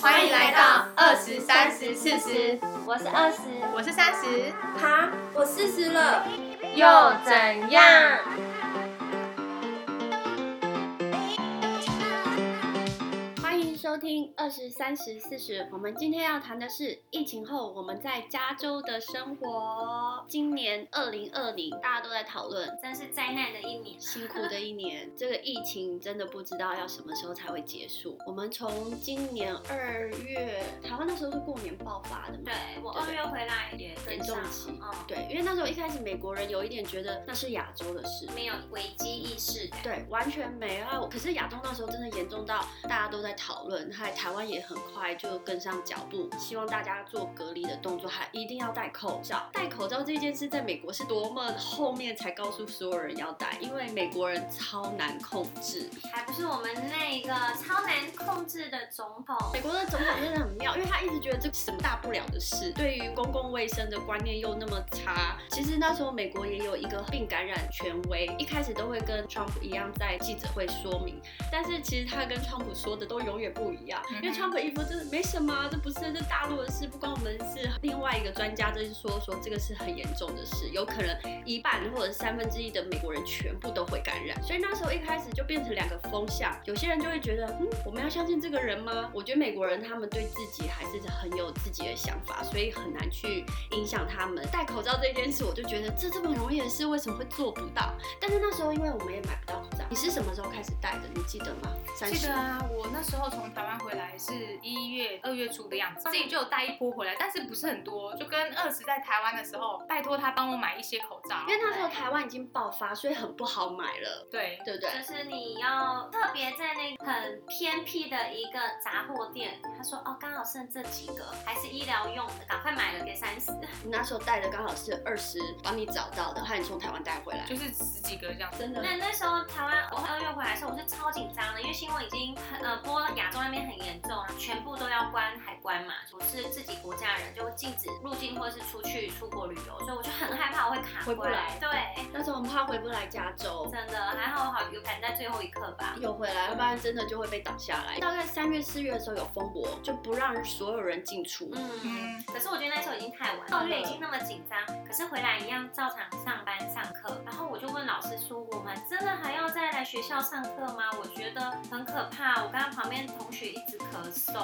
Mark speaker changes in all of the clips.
Speaker 1: 欢迎来到二十三十四十，
Speaker 2: 我是二十，
Speaker 1: 我是三十，
Speaker 3: 哈，我四十了。
Speaker 2: 又怎样？
Speaker 4: 欢迎收听二十三十四十。我们今天要谈的是疫情后我们在加州的生活。今年二零二零，大家都在讨论
Speaker 2: 真是灾难的一年。
Speaker 4: 辛苦的一年，这个疫情真的不知道要什么时候才会结束。我们从今年二月，台湾那时候是过年爆发的嘛？
Speaker 2: 对我二月回来也
Speaker 4: 严
Speaker 2: 跟
Speaker 4: 重
Speaker 2: 上了，
Speaker 4: 期
Speaker 2: 嗯，
Speaker 4: 对，因为那时候一开始美国人有一点觉得那是亚洲的事，
Speaker 2: 没有危机意识。
Speaker 4: 对，完全没啊！可是亚东那时候真的严重到大家都在讨论，还台湾也很快就跟上脚步，希望大家做隔离的动作，还一定要戴口罩。戴口罩这件事在美国是多么后面才告诉所有人要戴，因为美国人超难控制。
Speaker 2: 还不是我们那个超难控制的总统。
Speaker 4: 美国的总统真的很妙，因为他一直觉得这什么大不了的事，对于公共卫生的观念又那么差。其实那时候美国也有一个病感染权威，一开始都会跟川普一样在记者会说明，但是其实他跟川普说的都永远不一样，因为川普一说这没什么啊，这不是这大陆的事，不关我们的事。另外一个专家就是说说这个是很严重的事，有可能一半或者三分之一的美国人全部都会感染，所以那时候一开始就变成两个风向，有些人就会觉得，嗯，我们要相信这个人吗？我觉得美国人他们对自己还是很有自己的想法，所以很难去影响他们。戴口罩这件事，我就觉得这这么容易的事，为什么会做不到？但是那时候因为我们也买不到口罩，你是什么时候开始戴的？你记得吗？三
Speaker 1: 记
Speaker 4: 十
Speaker 1: 得。啊，我那时候从台湾回来是一月、二月初的样
Speaker 2: 啊
Speaker 1: 子，自己就有带一波回来，但是不是很多，就跟二十在台湾的时候，拜托他帮我买一些口罩，
Speaker 4: 因为那时候台湾已经爆发，所以很不好买了，
Speaker 1: 对，
Speaker 4: 对不对？
Speaker 2: 就是你要特别在那个很偏僻的一个杂货店，他说哦，刚好剩这几个，还是医疗用的，赶快买了给三十。
Speaker 4: 你那时候带的刚好是二十帮你找到的，和你从台湾带回来，
Speaker 1: 就是十几个这样子。
Speaker 4: 真 的。
Speaker 2: 那那时候台湾我二月回来的时候，我是超紧张的，因为新闻已经很呃播亚洲那边很严重，全部都要关海关嘛，我是自己国家人，就禁止入境或是出去出国旅游，所以我就很害怕我会卡
Speaker 4: 回不
Speaker 2: 关
Speaker 4: 来
Speaker 2: 对，
Speaker 4: 那时候很怕回不来加州，
Speaker 2: 真的还好好有赶在最后一刻吧。
Speaker 4: 有回来，要不然真的就会被挡下来。大概三月、四月的时候有封国，就不让所有人进出。
Speaker 2: 嗯。哦
Speaker 1: 嗯，
Speaker 2: 可是我觉得那时候已经太晚了，二月已经那么紧张，可是回来一样照常上班上课。然后我就问老师说：“我们真的还要再来学校上课吗？”我觉得很可怕。我刚刚旁边同学一直咳嗽，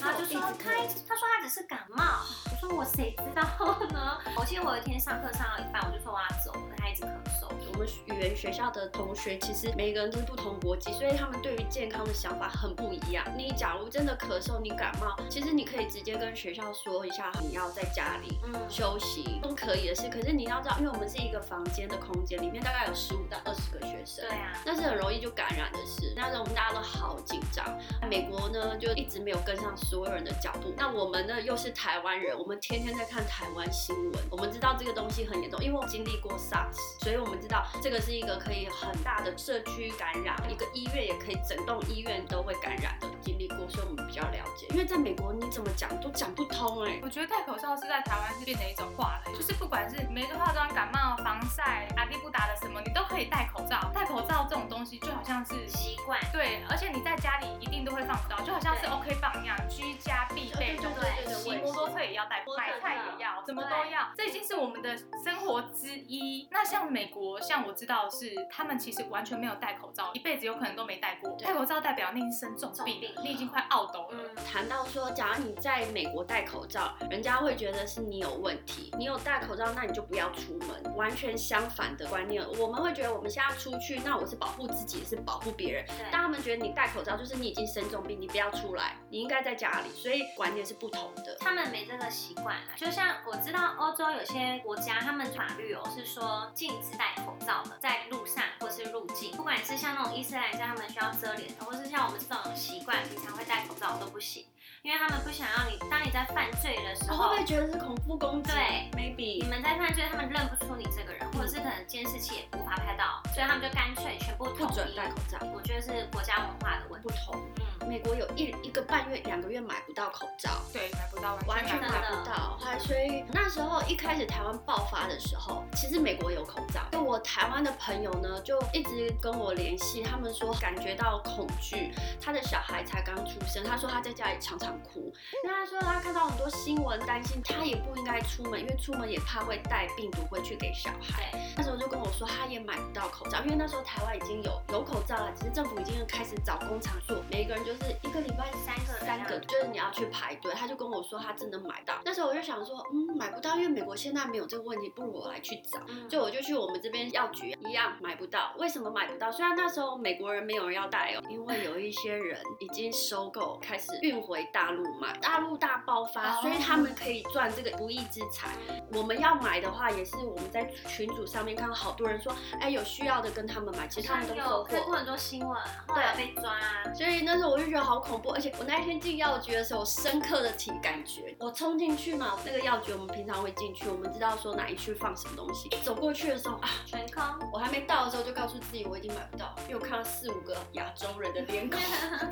Speaker 2: 然后就说他一直他说他只是感冒，我说我谁知道呢？我记得我有一天上课上到一半，我就说我要走了，他一直咳嗽。
Speaker 4: 我们语言学校的同学，其实每个人都是不同国籍，所以他们对于健康的想法很不一样。你假如真的咳嗽，你感冒，其实你可以直接跟学校说一下，你要在家里
Speaker 2: 嗯，
Speaker 4: 休息都可以的事。可是你要知道，因为我们是一个房间的空间，里面大概有十五到二十个学生
Speaker 2: 对。啊，
Speaker 4: 那是很容易就感染的事。那时候我们大家都好紧张，美国呢就一直没有跟上所有人的脚步。那我们呢又是台湾人，我们天天在看台湾新闻，我们知道这个东西很严重，因为我经历过 SARS，所以我们知道这个是一个可以很大的社区感染，一个医院也可以整栋医院都会感染的经历过，所以我们比较了解。因为在美国你怎么讲都讲不通哎、
Speaker 1: 我觉得戴口罩是在台湾是变成一种话了，就是不管是没个化妆、感冒、防晒、阿迪不达的什么，你都可以戴口罩。戴口罩这种东西就好像是
Speaker 2: 习惯。
Speaker 1: 对，而且你在家里一定都会放不到，就好像是
Speaker 2: 对
Speaker 1: OK 棒一样，居家必备
Speaker 4: 对
Speaker 1: 东
Speaker 4: 对
Speaker 2: 对对
Speaker 1: 西，
Speaker 2: 对
Speaker 1: 骑
Speaker 4: 我也
Speaker 1: 摩托
Speaker 4: 是
Speaker 1: 车也要带
Speaker 4: 摩，托车
Speaker 1: 买菜也要，怎么都要，这已经是我们的生活之一。那像美国，像我知道的是他们其实完全没有戴口罩，一辈子有可能都没戴过。
Speaker 4: 对
Speaker 1: 戴口罩代表你已经生重
Speaker 2: 重
Speaker 1: 病
Speaker 2: 病
Speaker 1: 了，你已经快懊斗了。
Speaker 2: 嗯，
Speaker 4: 谈到说，假如你在美国戴口罩，人家会觉得是你有问题，你有戴口罩，那你就不要出门，完全相反的观念。我们会觉得我们现在出去，那我是保护自己，也是保护别人。
Speaker 2: 对
Speaker 4: 但。他们觉得你戴口罩就是你已经生重病，你不要出来，你应该在家里，所以观念是不同的。
Speaker 2: 他们没这个习惯啦。就像我知道欧洲有些国家，他们法律哦是说禁止戴口罩的，在路上或是入境，不管是像那种伊斯兰教，他们需要遮脸的，或是像我们这种习惯平常会戴口罩都不行，因为他们不想要你，当你在犯罪的时
Speaker 4: 然后
Speaker 2: 候
Speaker 4: 哦会。觉得是恐怖攻击，
Speaker 2: 对你
Speaker 4: ，maybe。
Speaker 2: 们在犯罪，他们认不出你这个人，或者是可能监视器也无法拍到，所以他们就干脆全部
Speaker 4: 不
Speaker 2: 统
Speaker 4: 准
Speaker 2: 一
Speaker 4: 戴口罩，
Speaker 2: 我觉得是国家文化的问题。
Speaker 4: 不同。
Speaker 2: 嗯，
Speaker 4: 美国有一一个半月、两个月买不到口罩，
Speaker 1: 对，买不到，
Speaker 4: 完
Speaker 1: 完
Speaker 4: 全
Speaker 1: 全
Speaker 4: 买
Speaker 1: 买不到。
Speaker 4: 不到。还所以那时候一开始台湾爆发的时候，其实美国有口罩，就我台湾的朋友呢，就一直跟我联系，他们说感觉到恐惧。他的小孩才刚出生，他说他在家里常常哭。那他说他看到很多新闻，担心他也不应该出门，因为出门也怕会带病毒回去给小孩。那时候就跟我说，他也买不到口罩，因为那时候台湾已经有有口罩了，只是政府已经开始找工厂做，每一个人就是一个礼拜
Speaker 2: 三个人啊
Speaker 4: 三个，就是你要去排队。他就跟我说他真的买到，那时候我就想说，嗯，买不到，因为美国现在没有这个问题，不如我来去找。
Speaker 2: 嗯
Speaker 4: 就我就去我们这边药局一样买不到，为什么买不到？虽然那时候美国人没有人要带哦，因为有一些人已经收购开始运回大陆买，大陆大爆发，
Speaker 1: 哦
Speaker 4: 所以他们可以赚这个不义之财。我们要买的话，也是我们在群组上面看到好多人说，哎，有需要的跟他们买，其实他们都收
Speaker 2: 有看过
Speaker 4: 获。
Speaker 2: 很多新闻，后来被抓啊，
Speaker 4: 所以那时候我就觉得好恐怖，而且我那一天进药局的时候，我深刻的体感觉，我冲进去嘛，那个药局我们平常会进去，我们知道说哪一区放什么东西，走过去的时候啊，
Speaker 2: 全空。
Speaker 4: 我还没到的时候就告诉自己我已经买不到，因为我看到四五个亚洲人的脸 孔，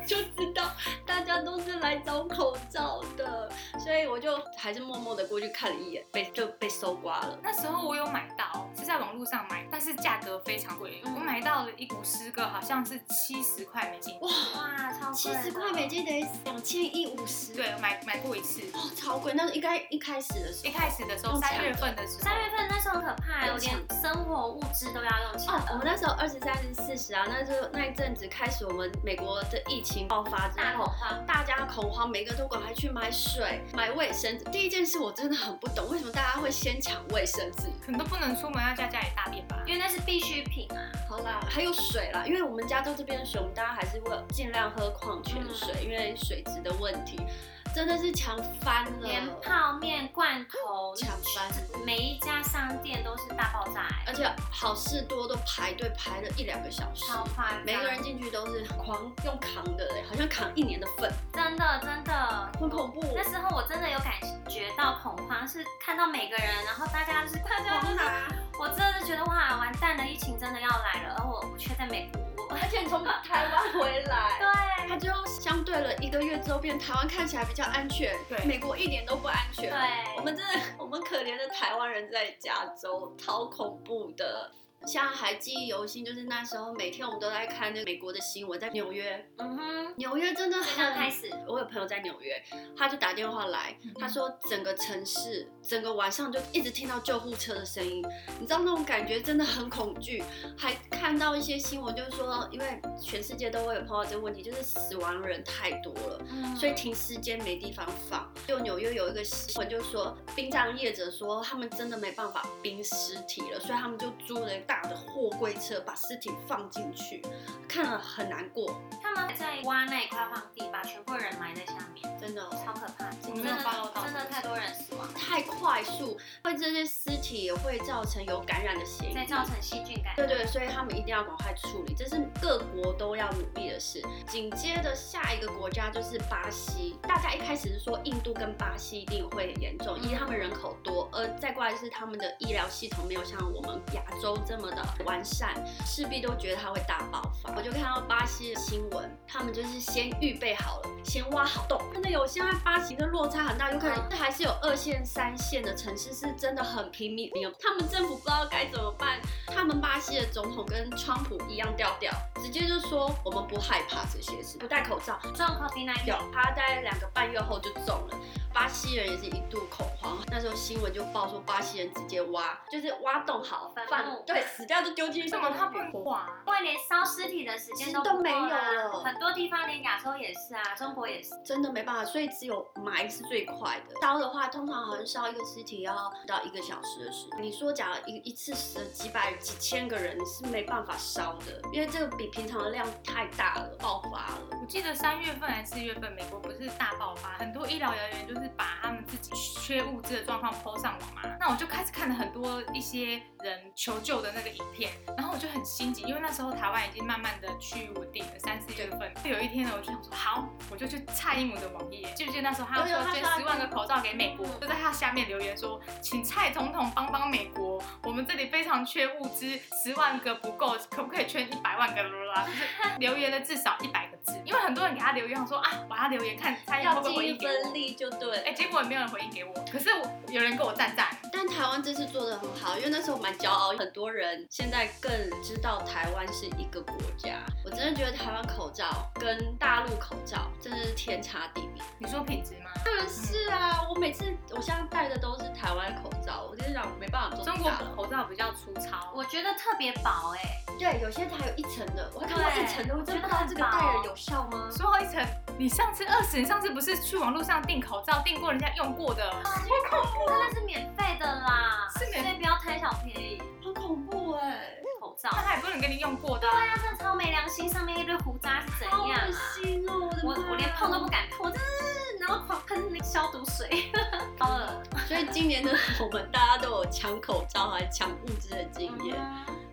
Speaker 4: 就知道大家都是来找口罩的，所以我就还是默默的过去看了一眼，被就被搜刮了。
Speaker 1: 那时候我有买到，是在网络上买，但是价格非常贵，
Speaker 4: 嗯
Speaker 1: 我买到了一股十个，好像是七十块美金。
Speaker 4: 哇，
Speaker 2: 哇，超贵的
Speaker 4: 七十块美，金等于两千一五十，
Speaker 1: 对，买买过一次，
Speaker 4: 哦，超贵。那应该一开始的时
Speaker 1: 一
Speaker 4: 候，
Speaker 1: 开始的时候，
Speaker 4: 用抢
Speaker 1: 三
Speaker 4: 的
Speaker 1: 月份的时候，
Speaker 2: 三月份那时候很可怕，欸
Speaker 4: 用
Speaker 2: 我连生活物资都要用
Speaker 4: 哦
Speaker 2: 抢，
Speaker 4: 我
Speaker 2: 的，
Speaker 4: 们那时候二十三、十四十啊，那就那一阵子开始，我们美国的疫情爆发之
Speaker 2: 大
Speaker 4: 后
Speaker 2: 恐，慌。
Speaker 4: 大家恐慌，每个都赶快去买水、买卫生纸。第一件事我真的很不懂，为什么大家会先抢卫生纸？
Speaker 1: 可能都不能出门，要在家里大便吧。
Speaker 2: 因为那是必需品啊，
Speaker 4: 好啦，还有水啦，因为我们家都这边的水，我们大家还是会尽量喝矿泉
Speaker 2: 嗯
Speaker 4: 水，因为水质的问题，真的是抢翻了。
Speaker 2: 连泡面、罐头、
Speaker 4: 抢翻
Speaker 2: 每一家商店都是大爆炸、欸，
Speaker 4: 而且好事多都排队排了一两个小时，
Speaker 2: 超夸张。
Speaker 4: 每个人进去都是狂用扛的、欸，好像扛一年的份，
Speaker 2: 真的真的，
Speaker 4: 很恐怖。
Speaker 2: 那时候我真的有感觉到恐慌，是看到每个人，然后大家就是大家就是，我真的是觉得哇，完蛋了，疫情真的要来了，而我我却在美国，我。
Speaker 4: 而且你从台湾回来
Speaker 2: 对
Speaker 4: 它就相对了一个月之后，变台湾看起来比较安全，
Speaker 1: 对
Speaker 4: 美国一点都不安全。
Speaker 2: 对
Speaker 4: 我们真的，我们可怜的台湾人在加州，超恐怖的。像还记忆犹新，就是那时候每天我们都在看那美国的新闻，在纽约，
Speaker 2: 嗯哼，
Speaker 4: 纽约真的
Speaker 2: 就这样开
Speaker 4: 很。
Speaker 2: 始，
Speaker 4: 我有朋友在纽约，他就打电话来，他说整个城市整个晚上就一直听到救护车的声音，你知道那种感觉真的很恐惧。还看到一些新闻，就是说因为全世界都会有碰到这个问题，就是死亡人太多了。
Speaker 2: 嗯
Speaker 4: 所以停尸间没地方放。就纽约有一个新闻，就说殡葬业者说他们真的没办法冰尸体了，所以他们就租了一大的货柜车把尸体放进去，看了很难过，
Speaker 2: 他们在挖那一块荒地，把全部人埋在下面，
Speaker 4: 真的、哦
Speaker 2: 超可怕，
Speaker 1: 我
Speaker 2: 真
Speaker 1: 没有
Speaker 2: 的
Speaker 1: follow 到
Speaker 2: 真的
Speaker 1: 这个
Speaker 2: 太多人死亡，
Speaker 4: 太快速，会这些尸体也会造成有感染的嫌疑，
Speaker 2: 再造成细菌感染，
Speaker 4: 对对，所以他们一定要赶快处理，这是各国都要努力的事。紧接着下一个国家就是巴西，大家一开始是说印度跟巴西一定会严重，
Speaker 2: 嗯
Speaker 4: 因为他们人口多，而再过来是他们的医疗系统没有像我们亚洲这么的完善，势必都觉得它会大爆发。我就看到巴西的新闻，他们就是先预备好了，先挖好洞。真的有现在巴西的落差很大，有可能
Speaker 2: 嗯
Speaker 4: 这还是有二线、三线的城市是真的很平民，他们政府不知道该怎么办。他们巴西的总统跟川普一样调调，直接就说我们不害怕这些事，不戴口罩。
Speaker 2: 中 COVID 1 9
Speaker 4: 有，他在两个半月后就中了。巴西人也是一度恐慌，那时候新闻就报说巴西人直接挖，就是挖洞好
Speaker 2: 坟墓
Speaker 4: 放，对，死掉就丢进去。
Speaker 1: 为什么他
Speaker 4: 嗯
Speaker 1: 不火化啊？
Speaker 2: 因为连烧尸体的时间都
Speaker 4: 其实都
Speaker 2: 不够
Speaker 4: 没有
Speaker 2: 啦
Speaker 4: 了
Speaker 2: 很多地方连亚洲也是啊，中国也是，
Speaker 4: 真的没办法，所以只有埋是最快的。烧的话，通常好像烧一个尸体要到一个小时的时间。你说，假如一一次死了几百、几千个人是没办法烧的，因为这个比平常的量太大了，爆发了。
Speaker 1: 我记得三月份还是四月份，美国不是大爆发，很多医疗人员就是把他们自己缺物资的状况 PO 上网嘛。那我就开始看了很多一些人求救的那个影片，然后我就很心急，因为那时候台湾已经慢慢的去稳定了，三四月份。有一天呢，我就想说，好，我就去蔡英文的网页，记不记得那时候他
Speaker 4: 有
Speaker 1: 说
Speaker 4: 有他
Speaker 1: 捐
Speaker 4: 说要
Speaker 1: 十万个口罩给美国，就在他下面留言说，请蔡总统帮帮美国，我们这里非常缺物资，十万个不够，可不可以捐一百万个？啦啦啦，就是留言了至少一百个字，因为很多人给他留言，我说啊，我要留言看蔡英文
Speaker 4: 要
Speaker 1: 会不会回
Speaker 4: 记
Speaker 1: 应
Speaker 4: 忆
Speaker 1: 给我
Speaker 4: 分。离就对。
Speaker 1: 哎、结果也没有人回应给我，可是我有人跟我赞赞，
Speaker 4: 但台湾这次做的很好，因为那时候蛮骄傲，很多人现在更知道台湾是一个国家。我真的觉得台湾口罩跟大陆口罩真的是天差地别。
Speaker 1: 你说品质吗？
Speaker 4: 当然是啊，我每次我现在戴的都是台湾口罩，我跟你讲我没办法做
Speaker 1: 中国
Speaker 4: 大陆
Speaker 1: 口罩比较粗糙，
Speaker 2: 我觉得特别薄哎、
Speaker 4: 对，有些还有一层的，我还看到
Speaker 2: 对
Speaker 4: 一层的，我真的不
Speaker 2: 觉
Speaker 4: 知
Speaker 2: 得很
Speaker 4: 道这个戴了有效吗？
Speaker 1: 说到一层，你上次二十，你上次不是去网络上订口罩，订过人家用过的？
Speaker 2: 真的是免费的啦，
Speaker 1: 是免
Speaker 2: 所以不要贪小便宜。
Speaker 4: 很恐怖哎、
Speaker 2: 口罩，
Speaker 1: 那他也不能给你用过的、啊。
Speaker 2: 那真的超没良心，上面一堆胡渣是怎
Speaker 4: 好
Speaker 2: 样
Speaker 4: 恶
Speaker 2: 啊？
Speaker 4: 心哦！我的
Speaker 2: 我
Speaker 4: 妈
Speaker 2: 我连碰 都不敢碰，真是然后狂喷那个消毒水，超恶
Speaker 4: 所以今年呢，我们大家都有抢口罩还抢物资的经验。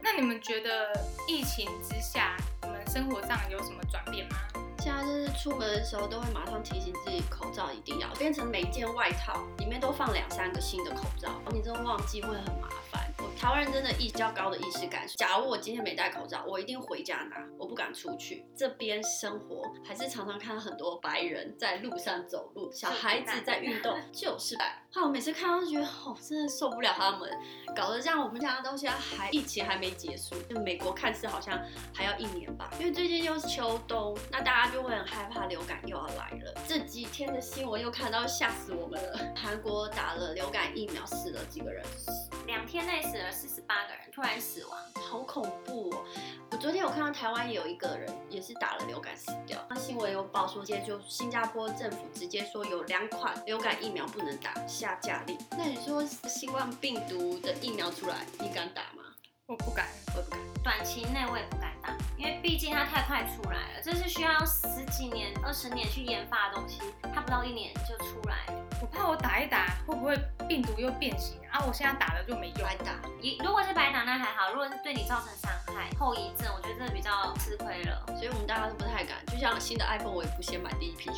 Speaker 1: 那你们觉得疫情之下，你们生活上有什么转变吗？
Speaker 4: 现在就是出门的时候都会马上提醒自己口罩一定要，变成每一件外套里面都放两三个新的口罩，你真的忘记会很麻烦。我台湾人真的意比较高的意识感，假如我今天没戴口罩，我一定回家拿，我不敢出去。这边生活还是常常看到很多白人在路上走路，小孩子在运动，就是白。哈，我每次看到就觉得，哦，真的受不了他们，搞得这样，我们家到现在还疫情还没结束，就美国看似好像还要一年吧，因为最近又是秋冬，那大家就会很害怕流感又要来了。这几天的新闻又看到，吓死我们了。韩国打了流感疫苗死了几个人，
Speaker 2: 两天内死了四十八个人，突然死亡。
Speaker 4: 好恐怖哦！我昨天有看到台湾也有一个人也是打了流感死掉，那新闻有报说，接就新加坡政府直接说有两款流感疫苗不能打，下架令。那你说新冠病毒的疫苗出来，你敢打吗？
Speaker 1: 我不敢。
Speaker 4: 我也不敢。
Speaker 2: 短期内我也不敢打，因为毕竟它太快出来了，这是需要十几年、二十年去研发的东西，它不到一年就出来了。
Speaker 1: 我怕我打一打，会不会病毒又变形啊？我现在打了就没用
Speaker 4: 白。打，
Speaker 2: 一如果是白打那还好，如果是对你造成伤害、后遗症，我觉得这比较吃亏了。
Speaker 4: 所以我们大家都不太敢。就像新的 iPhone，我也不先买第一 批，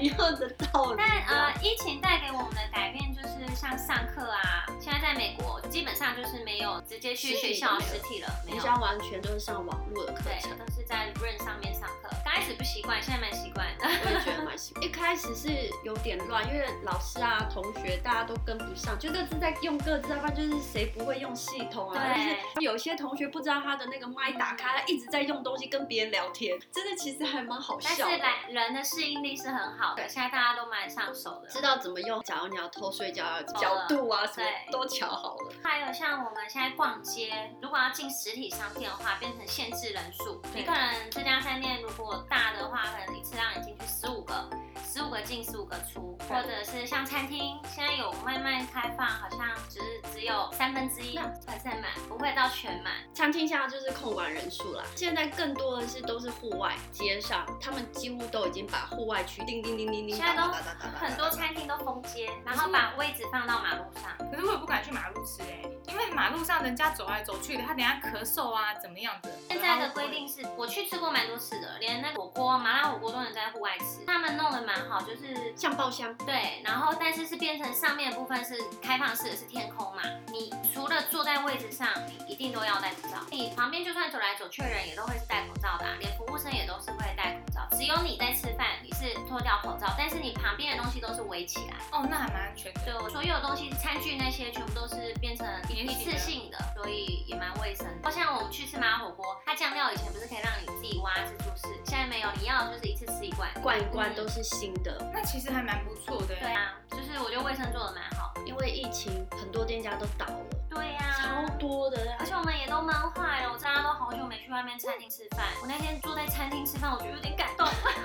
Speaker 4: 一样的道理。
Speaker 2: 但呃，疫情带给我们的改变就是像上课啊，现在在美国基本上就是没有直接去
Speaker 4: 实
Speaker 2: 学
Speaker 4: 体的
Speaker 2: 校
Speaker 4: 没有
Speaker 2: 实体了，没
Speaker 4: 学
Speaker 2: 有。
Speaker 4: 校完全都是上网络的课
Speaker 2: 对，
Speaker 4: 程，
Speaker 2: 都是在 Run 上面上课，刚开始不习惯，现在蛮习惯的。
Speaker 4: 我也觉得蛮喜欢。一开始是有点乱，因为老师啊、同学大家都跟不上，就各自在用各自，啊要不然就是谁不会用系统啊，
Speaker 2: 对
Speaker 4: 就是有些同学不知道他的那个麦打开，他一直在用东西跟别人聊天，真的其实还蛮好
Speaker 2: 但是
Speaker 4: 笑的。
Speaker 2: 来人的适应力是很好的，现在大家都蛮上手的。
Speaker 4: 知道怎么用，假如你要偷睡觉啊，角度啊什么
Speaker 2: 对
Speaker 4: 都瞧好了。
Speaker 2: 还有像我们现在逛街，如果要进实体商店的话，变成限制人数。
Speaker 4: 对
Speaker 2: 你可能这家饭店如果大的话，可能一次让你进去十五个，十五个进十五个出，
Speaker 4: 对
Speaker 2: 或者是像餐厅，现在有慢慢开放，好像只是只有三分之一 p
Speaker 4: 那
Speaker 2: e 满，不会到全满。
Speaker 4: 餐厅现在就是控管人数啦，现在更多的是都是户外、街上，他们几乎都已经把户外区叮叮叮叮叮，
Speaker 2: 现在都
Speaker 4: 打打打打打打
Speaker 2: 很多餐厅都封街，然后把位置放到马路上。
Speaker 1: 可是我也不敢去马路吃哎、因为马路上人家走来走去的，他等下咳嗽啊，怎么样的？
Speaker 2: 现在的规定是，我去吃过蛮多次的，连那火锅、麻辣火锅都能在户外吃，他们弄得蛮好，就是
Speaker 4: 像爆香，
Speaker 2: 对，然后但是是变成上面的部分是开放式的，是天空嘛。你除了坐在位置上，你一定都要戴口罩。你旁边就算走来走去的人也都会是戴口罩的、啊，连服务生也都是会戴口罩。只有你在吃饭，你是脱掉口罩，但是你旁边的东西都是围起来。
Speaker 1: 哦，那还蛮安全的。
Speaker 2: 对，我所有东西餐具那些全部都是变成一
Speaker 1: 免洗的
Speaker 2: 次性的，所以也蛮卫生的。像我们去吃麻辣火锅，它酱料以前不是可以让你自己挖自助式，现在没有，你要的就是一次吃一罐。
Speaker 4: 罐一罐都是新的，
Speaker 1: 那其实还蛮不错的、
Speaker 2: 对啊，就是我觉得卫生做的蛮好的。
Speaker 4: 因为疫情很多店家都倒了，
Speaker 2: 对啊呀、
Speaker 4: 超多的，
Speaker 2: 而且我们也都闷坏哦了，我大家都好久没去外面餐厅吃饭。我那天坐在餐厅吃饭，我就有点感动，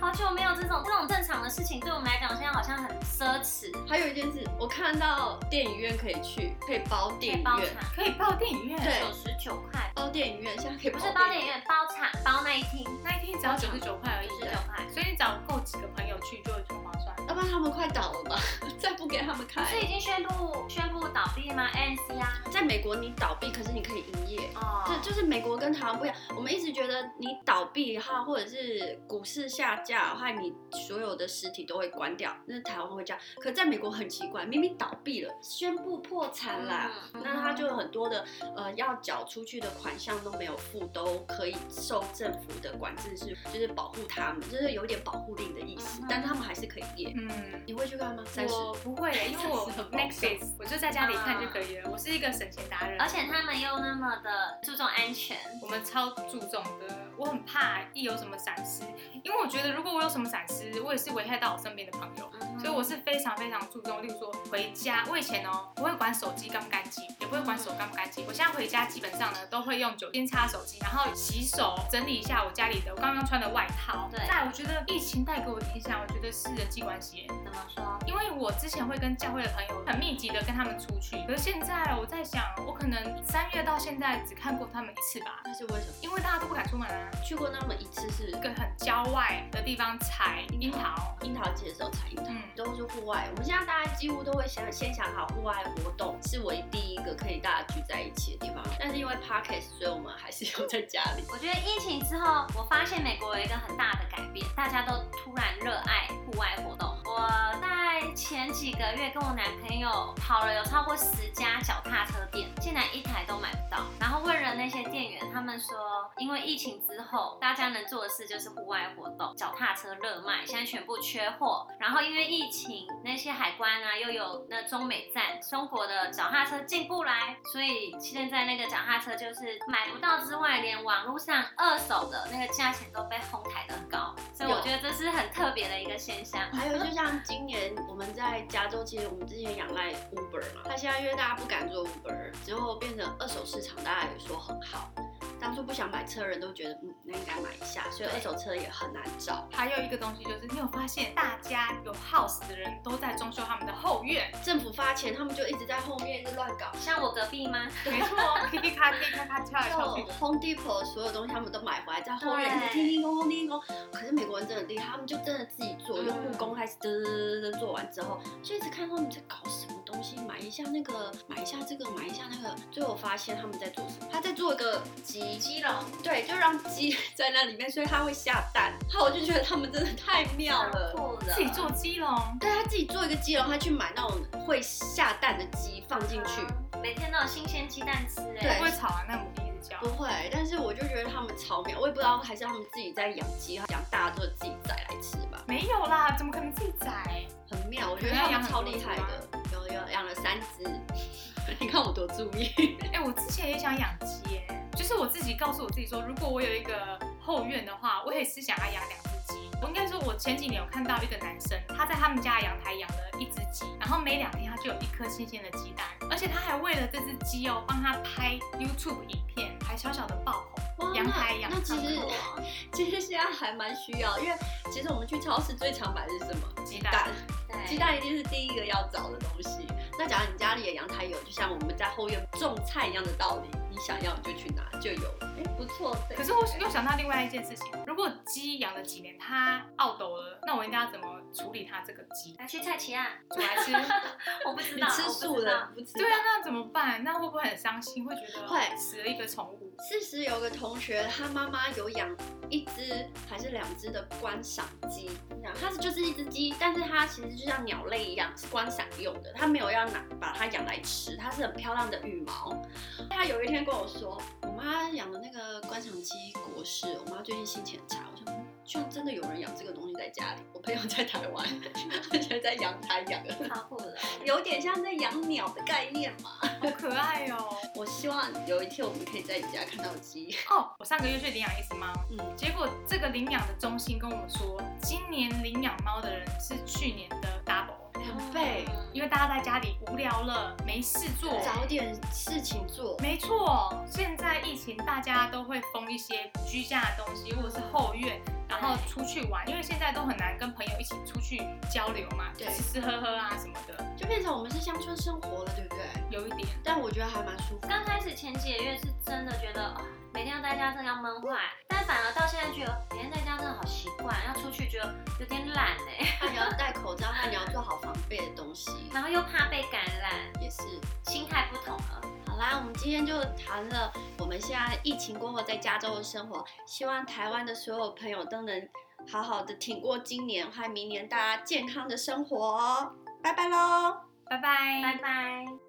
Speaker 2: 好久没有这种这种正常的事情，对我们来讲现在好像很奢侈。
Speaker 4: 还有一件事，我看到电影院可以去，可以包电
Speaker 2: 被
Speaker 4: 影
Speaker 2: 包
Speaker 4: 院。
Speaker 2: 场
Speaker 1: 可以报电影院。
Speaker 4: 对
Speaker 2: 九十九块，
Speaker 4: 哦，电影院，现在可以
Speaker 2: 不
Speaker 4: 包
Speaker 2: 是包
Speaker 4: 电
Speaker 2: 电影院，包场包那一厅，
Speaker 1: 那一天只要九十九块而已
Speaker 2: 九，十九块。
Speaker 1: 所以你只要够几个朋友去就很划算。
Speaker 4: 要不哦然他们快倒了吧？ 再不给他们
Speaker 2: 不
Speaker 4: 开，
Speaker 2: 是已经宣布宣布倒闭吗？ANC 啊，
Speaker 4: 在美国你倒闭，可是你可以营业。
Speaker 2: 哦，
Speaker 4: 这就是美国跟台湾不一样。我们一直觉得你倒闭的话，或者是股市下架的话，你所有的实体都会关掉。那台湾会这样，可在美国很奇怪，明明倒闭了，宣布破产啦，
Speaker 2: 嗯
Speaker 4: 那他就有很多的呃要缴出去的款项都没有付，都可以受政府的管制是，就是保护他们，就是有点保护令的意思
Speaker 2: 嗯，
Speaker 4: 但他们还是可以业。
Speaker 1: 嗯，
Speaker 4: 你会去看吗？三十。
Speaker 1: 我不会耶，因为 我
Speaker 4: 30很保守
Speaker 1: Netflix 我就在家里看就可以了。我是一个省钱达人，
Speaker 2: 啊而且他们又那么的注重安全，
Speaker 1: 我们超注重的，我很怕一有什么闪失，因为我觉得如果我有什么闪失，我也是危害到我身边的朋友。
Speaker 2: 嗯
Speaker 1: 所以我是非常非常注重，例如说回家，我以前哦不会管手机干不干净，也不会管手干不干净。我现在回家基本上呢都会用酒精擦手机，然后洗手，整理一下我家里的我刚刚穿的外套。
Speaker 2: 对
Speaker 1: 再来我觉得疫情带给我的影响，我觉得是人际关系耶，
Speaker 2: 怎么说？
Speaker 1: 因为我之前会跟教会的朋友很密集的跟他们出去，可是现在哦我在想，我可能三月到现在只看过他们一次吧，
Speaker 4: 那是为什么
Speaker 1: 因为大家都不敢出门啊，
Speaker 4: 去过那么一次是
Speaker 1: 一个很郊外的地方采樱桃，
Speaker 4: 樱桃季的时候才樱桃，
Speaker 1: 嗯
Speaker 4: 都是户外。我们现在大家几乎都会想先想好户外活动是我第一个可以大家聚在一起的地方。但是因为 podcast，所以我们还是要在家里。
Speaker 2: 我觉得疫情之后，我发现美国有一个很大的改变，大家都突然热爱户外活动。我在前几个月跟我男朋友跑了有超过十家脚踏车店，竟然一台都买不到。然后问了那些店员，他们说，因为疫情之后，大家能做的事就是户外活动，脚踏车热卖，现在全部缺货。然后因为疫情，那些海关啊又有那中美站，中国的脚踏车进不来，所以现在那个脚踏车就是买不到之外，连网络上二手的那个价钱都被哄抬得很高，所以我觉得这是很特别的一个现象。
Speaker 4: 还有就像今年我们在加州，其实我们之前仰赖 Uber 嘛，它现在因为大家不敢做 Uber，之后变成二手市场，大家也说很好。当初不想买车的人都觉得，嗯，那应该买一下，所以
Speaker 2: 对
Speaker 4: 二手车也很难找。
Speaker 1: 还有一个东西就是，你有发现大家有 house 的人都在装修他们的后 院，
Speaker 4: 政府发钱，他们就一直在后面一直乱搞。
Speaker 2: 像我隔壁 吗？
Speaker 1: 没错，噼噼咔噼咔咔跳来
Speaker 4: 就
Speaker 1: 跳去。
Speaker 4: Home Depot 所有东西他们都买回来，在后面
Speaker 2: 对
Speaker 4: 一直叮叮咣咣叮叮咣。可是美国人真的厉害，他们就真的自己做，
Speaker 2: 嗯
Speaker 4: 用木工开始嘚嘚嘚嘚做完之后，就一直看他们在搞什么东西，买一下那个，买一下这个，买一下那个。最后我发现他们在做什么，他在做一个鸡鸡笼，对，就让鸡 在那里面，所以它会下蛋。然后我就觉得他们真的太妙 了。
Speaker 2: 酷了
Speaker 1: 自己做鸡笼，
Speaker 4: 对他自己做一个鸡笼，他去买那种会下蛋的鸡放进去，
Speaker 2: 嗯每天都有新鲜鸡蛋吃、哎。
Speaker 4: 对
Speaker 1: 不会吵啊，那母鸡一直叫
Speaker 4: 不。会，但是我就觉得他们超妙，我也不知道还是他们自己在养鸡，养大了之后自己宰来吃吧，
Speaker 1: 没有啦，怎么可能自己宰？
Speaker 4: 很妙，我觉得
Speaker 1: 可能要
Speaker 4: 他
Speaker 1: 养
Speaker 4: 们
Speaker 1: 很
Speaker 4: 超
Speaker 1: 多
Speaker 4: 厉
Speaker 1: 只
Speaker 4: 害
Speaker 1: 吧
Speaker 4: 的，有有养了三只， 你看我多注意，
Speaker 1: 哎、我之前也想养鸡耶，就是我自己告诉我自己说，如果我有一个后院的话，我也是想要养两只鸡。我应该说，我前几年有看到一个男生，他在他们家的阳台养了一只鸡，然后每两天他就有一颗新鲜的鸡蛋，而且他还为了这只鸡哦，帮他拍 YouTube 影片，还小小的爆红。
Speaker 4: 哇
Speaker 1: 阳
Speaker 4: 那
Speaker 1: 台养
Speaker 4: 那其
Speaker 1: 上
Speaker 4: 实
Speaker 1: 过
Speaker 2: 哦
Speaker 4: 其实现在还蛮需要，因为其实我们去超市最常买的是什么？
Speaker 1: 鸡
Speaker 4: 鸡
Speaker 1: 蛋
Speaker 4: 蛋，
Speaker 2: 对
Speaker 4: 鸡蛋一定是第一个要找的东西。那假如你家里的阳台有，就像我们在后院种菜一样的道理，你想要你就去拿就有，哎，不错。对
Speaker 1: 可是我又想到另外一件事情，如果鸡养了几年它澳斗了，那我应该要怎么处理它这个鸡？
Speaker 2: 来去菜奇亚，
Speaker 1: 煮来吃？
Speaker 2: 我不知
Speaker 4: 你
Speaker 2: 道，
Speaker 4: 吃
Speaker 2: 我不
Speaker 4: 素
Speaker 2: 知道
Speaker 4: 的，不吃
Speaker 1: 对啊，那怎么办？那会不会很伤心？会觉得
Speaker 4: 会
Speaker 1: 死了一个宠物？
Speaker 4: 事实有个同学，他妈妈有养一只还是两只的观赏鸡，它是就是一只鸡，但是它其实就像鸟类一样，是观赏用的，它没有要拿把它养来吃，它是很漂亮的羽毛。他有一天跟我说，我妈养的那个观赏鸡国师，我妈最近心情很差，我想。嗯居然真的有人养这个东西在家里，我朋友在台湾， 他现在在阳台养了，
Speaker 2: 超酷的。
Speaker 4: 有点像在养鸟的概念嘛。
Speaker 1: 好可爱 哦、
Speaker 4: 我希望有一天我们可以在你家看到鸡。
Speaker 1: 哦，我上个月去领养一只猫，
Speaker 4: 嗯
Speaker 1: 结果这个领养的中心跟我说，今年领养猫的人是去年的 double。
Speaker 4: 很背，
Speaker 1: 因为大家在家里无聊了，没事做，
Speaker 4: 找点事情做。
Speaker 1: 没错，现在疫情大家都会封一些居家的东西，或者是后院，然后出去玩，因为现在都很难跟朋友一起出去交流嘛，
Speaker 4: 对
Speaker 1: 吃吃喝喝啊什么的，
Speaker 4: 就变成我们是乡村生活了，对不对？
Speaker 1: 有一点。
Speaker 4: 但我觉得还蛮舒 服。
Speaker 2: 刚开始前几个月是真的觉得，哦、每天要在家真的要闷坏，但反而到现在觉得每天在家真的好习惯，要出去觉得有点懒哎，
Speaker 4: 那你要戴口罩，那你要做好防备的东西，
Speaker 2: 然后又怕被感染，
Speaker 4: 也是。
Speaker 2: 心态不同了。
Speaker 4: 好啦，我们今天就谈了我们现在疫情过后在加州的生活，希望台湾的所有朋友都能好好的挺过今年和明年，大家健康的生活哦。拜拜喽。
Speaker 1: 拜拜，
Speaker 2: 拜拜。